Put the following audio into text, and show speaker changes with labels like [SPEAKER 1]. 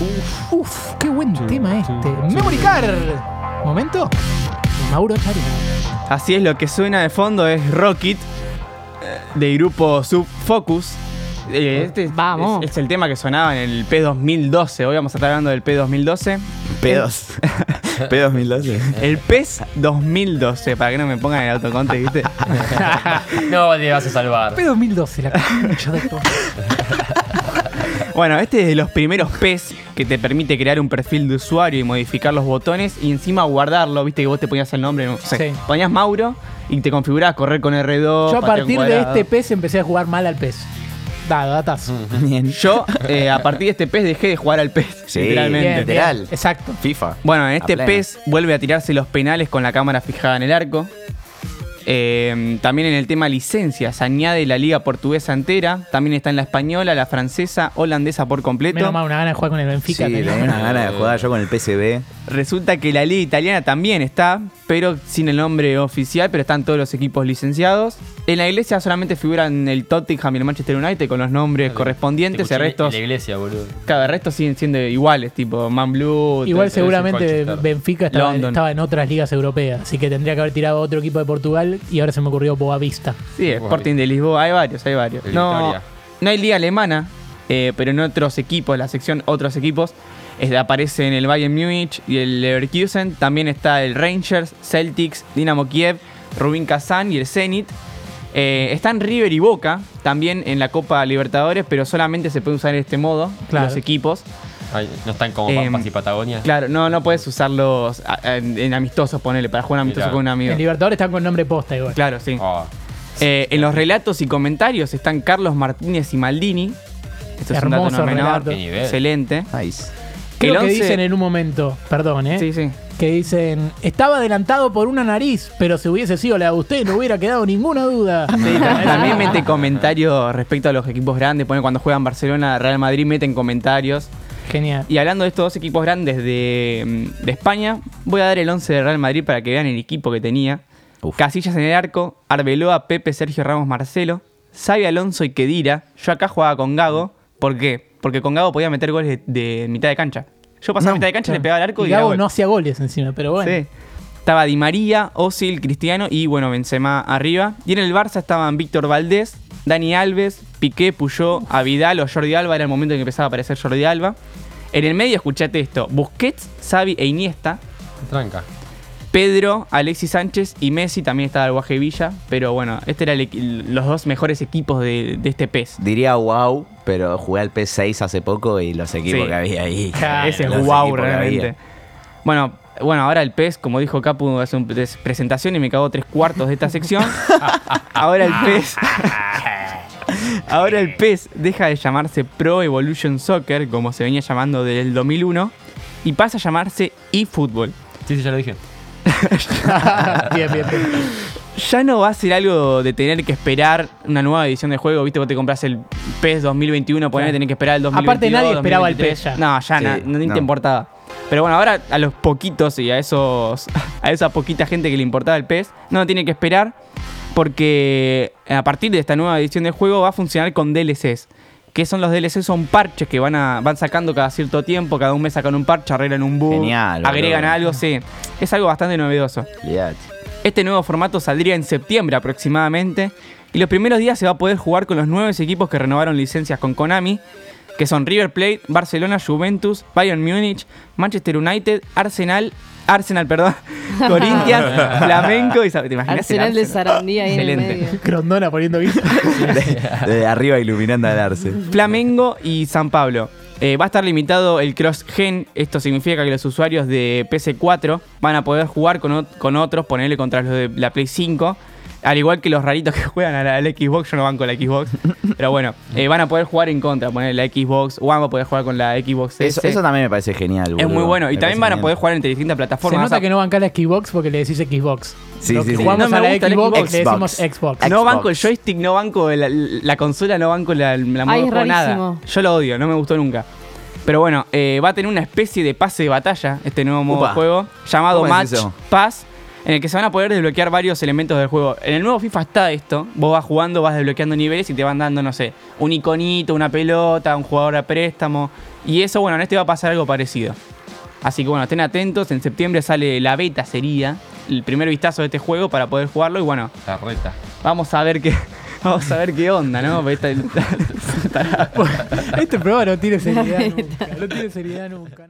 [SPEAKER 1] Uf, uf, qué buen tema este. Memory Card. Momento. Mauro Chari.
[SPEAKER 2] Así es, lo que suena de fondo es Rocket eh, del grupo Sub Focus. Eh, Este es-
[SPEAKER 3] Vamos.
[SPEAKER 2] Es, es el tema que sonaba en el P2012. Hoy vamos a estar hablando del P2012.
[SPEAKER 4] Pedos. P2012.
[SPEAKER 2] El PES 2012, para que no me pongan el autoconte, ¿viste?
[SPEAKER 5] No te vas a salvar.
[SPEAKER 1] P2012, la concha de todo.
[SPEAKER 2] Bueno, este es de los primeros PES que te permite crear un perfil de usuario y modificar los botones y encima guardarlo. Viste que vos te ponías el nombre, no sé,
[SPEAKER 1] Sí.
[SPEAKER 2] ponías Mauro y te configurabas correr con R2.
[SPEAKER 1] Yo a
[SPEAKER 2] patear
[SPEAKER 1] partir
[SPEAKER 2] un
[SPEAKER 1] de
[SPEAKER 2] cuadrado.
[SPEAKER 1] este pez empecé a jugar mal al pez. Da, datazo.
[SPEAKER 4] Bien.
[SPEAKER 2] Yo, eh, a partir de este PES, dejé de jugar al PES,
[SPEAKER 4] Sí.
[SPEAKER 2] literalmente.
[SPEAKER 1] Bien,
[SPEAKER 4] Literal.
[SPEAKER 1] bien, Exacto.
[SPEAKER 4] FIFA.
[SPEAKER 2] Bueno, en este
[SPEAKER 4] A pleno.
[SPEAKER 2] PES vuelve a tirarse los penales con la cámara fijada en el arco. Eh, también en el tema licencias, añade la liga portuguesa entera. También está en la española, la francesa, holandesa por completo.
[SPEAKER 1] Menos mal una gana de jugar con el Benfica.
[SPEAKER 4] sí,
[SPEAKER 1] tenía.
[SPEAKER 4] tenía una gana de jugar yo con el PCB.
[SPEAKER 2] Resulta que la liga italiana también está, pero sin el nombre oficial, pero están todos los equipos licenciados. En la iglesia solamente figuran el Tottenham y el Manchester United con los nombres correspondientes.
[SPEAKER 5] Te
[SPEAKER 2] El
[SPEAKER 5] escuché
[SPEAKER 2] resto,
[SPEAKER 5] en la iglesia, boludo.
[SPEAKER 2] cada resto siguen siendo iguales, tipo Man Blue.
[SPEAKER 1] Igual
[SPEAKER 2] te- te-
[SPEAKER 1] seguramente
[SPEAKER 5] Colchester.
[SPEAKER 1] Benfica estaba,
[SPEAKER 2] London.
[SPEAKER 1] estaba en otras ligas europeas, así que tendría que haber tirado a otro equipo de Portugal y ahora se me ocurrió Boavista.
[SPEAKER 2] Sí, Sporting de Lisboa, hay varios, hay varios.
[SPEAKER 5] El
[SPEAKER 2] No,
[SPEAKER 5] Victoria.
[SPEAKER 2] no hay liga alemana, eh, pero en otros equipos, la sección otros equipos, es- aparece en el Bayern Múnich y el Leverkusen. También está el Rangers, Celtics, Dinamo Kiev, Rubin Kazan y el Zenit. Eh, están River y Boca también en la Copa Libertadores, pero solamente se puede usar en este modo
[SPEAKER 1] Claro.
[SPEAKER 2] los equipos.
[SPEAKER 5] Ay, no están como
[SPEAKER 2] Em,
[SPEAKER 5] Pampas y Patagonia.
[SPEAKER 2] Claro, no, no puedes usarlos a- a- en, en amistosos, ponele, para jugar un amistoso
[SPEAKER 5] Mirá.
[SPEAKER 2] con un amigo.
[SPEAKER 1] En Libertadores están con nombre posta igual.
[SPEAKER 2] Claro, sí.
[SPEAKER 5] Ah,
[SPEAKER 2] Eh, en los relatos y comentarios están Carlos Martínez y Maldini. Esto es un dato
[SPEAKER 1] Hermoso
[SPEAKER 2] no menor.
[SPEAKER 1] relato.
[SPEAKER 5] Qué nivel.
[SPEAKER 2] Excelente.
[SPEAKER 4] Nice.
[SPEAKER 1] Creo
[SPEAKER 2] El
[SPEAKER 1] que
[SPEAKER 2] once-
[SPEAKER 1] dicen en un momento, perdón, ¿eh?
[SPEAKER 2] Sí, sí.
[SPEAKER 1] Que dicen, estaba adelantado por una nariz, pero si hubiese sido la de usted no hubiera quedado ninguna duda.
[SPEAKER 2] Sí, tam- también mete comentarios respecto a los equipos grandes. Pone cuando juegan Barcelona, Real Madrid, meten comentarios.
[SPEAKER 1] Genial.
[SPEAKER 2] Y hablando de estos dos equipos grandes de, mm, de España, voy a dar el 11 de Real Madrid para que vean el equipo que tenía.
[SPEAKER 4] Uf.
[SPEAKER 2] Casillas en el arco, Arbeloa, Pepe, Sergio Ramos, Marcelo, Xavi Alonso y Kedira. Yo acá jugaba con Gago. ¿Por qué? Porque con Gago podía meter goles de, de mitad de cancha. Yo pasaba
[SPEAKER 4] No.
[SPEAKER 2] mitad de cancha, le pegaba al arco y,
[SPEAKER 1] Y
[SPEAKER 2] era
[SPEAKER 1] Gago
[SPEAKER 2] gol.
[SPEAKER 1] no hacía goles encima, pero bueno.
[SPEAKER 2] Sí. Estaba Di María, Osil, Cristiano y bueno, Benzema arriba. Y en el Barça estaban Víctor Valdés, Dani Alves, Piqué, Puyol, Avidal o Jordi Alba. Era el momento en que empezaba a aparecer Jordi Alba. En el medio, escuchate esto: Busquets, Xavi e Iniesta.
[SPEAKER 5] tranca.
[SPEAKER 2] Pedro, Alexis Sánchez y Messi también estaba el Guaje Villa. Pero bueno, este era el equi- los dos mejores equipos de, de este PES.
[SPEAKER 4] Diría wow, pero jugué al P6 hace poco y los equipos
[SPEAKER 2] Sí.
[SPEAKER 4] que había ahí.
[SPEAKER 2] Ese
[SPEAKER 4] Los
[SPEAKER 2] es wow
[SPEAKER 4] equipos que
[SPEAKER 2] realmente.
[SPEAKER 4] había.
[SPEAKER 2] Bueno, bueno, ahora el PES, como dijo Capu, hace una presentación y me cagó tres cuartos de esta sección. ahora el PES. ahora el PES deja de llamarse Pro Evolution Soccer, como se venía llamando desde el 2001, y pasa a llamarse eFootball.
[SPEAKER 5] Sí, sí, ya lo dije.
[SPEAKER 1] bien, bien, bien.
[SPEAKER 2] Ya no va a ser algo de tener que esperar una nueva edición de juego, viste, vos te compras el PES 2021, ponés
[SPEAKER 1] Claro.
[SPEAKER 2] tenés que esperar el 2022.
[SPEAKER 1] Aparte, nadie esperaba el
[SPEAKER 2] 2023.
[SPEAKER 1] PES ya.
[SPEAKER 2] No, ya
[SPEAKER 4] Sí,
[SPEAKER 2] na- no, ni
[SPEAKER 4] no.
[SPEAKER 2] te importaba. Pero bueno, ahora a los poquitos y a esos a esa poquita gente que le importaba el PES, no tiene que esperar porque a partir de esta nueva edición del juego va a funcionar con DLCs. ¿Qué son los DLCs? Son parches que van a, van sacando cada cierto tiempo, cada un mes sacan un parche, arreglan un bug,
[SPEAKER 4] Genial, boludo.
[SPEAKER 2] agregan algo, sí. Es algo bastante novedoso.
[SPEAKER 4] Olvidate.
[SPEAKER 2] Este nuevo formato saldría en septiembre aproximadamente y los primeros días se va a poder jugar con los nueve equipos que renovaron licencias con Konami, que son River Plate, Barcelona, Juventus, Bayern Múnich, Manchester United, Arsenal, Arsenal, perdón, Corinthians, Flamenco y Sa- ¿te imaginas el
[SPEAKER 3] Arsenal de Sarandí ahí en el
[SPEAKER 2] Excelente.
[SPEAKER 3] medio.
[SPEAKER 1] Grondona poniendo vista.
[SPEAKER 4] De- Desde arriba iluminando al arce.
[SPEAKER 2] Flamengo y San Pablo. Eh, va a estar limitado el cross-gen, esto significa que los usuarios de PC4 van a poder jugar con, ot- con otros, ponerle contra los de la Play 5, al igual que los raritos que juegan a la, a la Xbox, yo no van con la Xbox, pero bueno, eh, van a poder jugar en contra, poner la Xbox One, va a poder jugar con la Xbox S.
[SPEAKER 4] Eso, eso también me parece genial.
[SPEAKER 2] es
[SPEAKER 4] boludo.
[SPEAKER 2] muy bueno, y
[SPEAKER 4] Me
[SPEAKER 2] también
[SPEAKER 4] parece
[SPEAKER 2] van a
[SPEAKER 4] genial.
[SPEAKER 2] poder jugar entre distintas
[SPEAKER 1] Se
[SPEAKER 2] plataformas.
[SPEAKER 1] nota
[SPEAKER 2] O sea,
[SPEAKER 1] que no banca la Xbox porque le decís Xbox.
[SPEAKER 4] Sí,
[SPEAKER 1] Los
[SPEAKER 4] sí,
[SPEAKER 1] que
[SPEAKER 4] sí.
[SPEAKER 1] jugamos
[SPEAKER 2] No
[SPEAKER 1] a
[SPEAKER 2] me
[SPEAKER 1] la
[SPEAKER 2] gusta
[SPEAKER 1] Xbox,
[SPEAKER 2] el
[SPEAKER 1] le decimos
[SPEAKER 4] Xbox.
[SPEAKER 1] Xbox.
[SPEAKER 2] no
[SPEAKER 4] Xbox.
[SPEAKER 2] banco el joystick, no banco la, la consola, no banco la, la
[SPEAKER 3] Ay,
[SPEAKER 2] modo
[SPEAKER 3] es
[SPEAKER 2] juego, nada.
[SPEAKER 3] rarísimo.
[SPEAKER 2] Yo lo odio, no me gustó nunca. Pero bueno, eh, va a tener una especie de pase de batalla este nuevo modo
[SPEAKER 4] Upa.
[SPEAKER 2] de juego llamado
[SPEAKER 4] ¿Cómo
[SPEAKER 2] Match
[SPEAKER 4] es eso?
[SPEAKER 2] Pass, en el que se van a poder desbloquear varios elementos del juego. En el nuevo FIFA está esto, vos vas jugando, vas desbloqueando niveles y te van dando, no sé, un iconito, una pelota, un jugador a préstamo, Y eso, bueno, en este va a pasar algo parecido. Así que bueno, estén atentos. En septiembre sale la beta, sería el primer vistazo de este juego para poder jugarlo. Y bueno,
[SPEAKER 5] La reta.
[SPEAKER 2] vamos a ver qué, vamos a ver qué onda, ¿no? Porque esta-
[SPEAKER 1] Este programa no tiene seriedad nunca. No tiene seriedad nunca.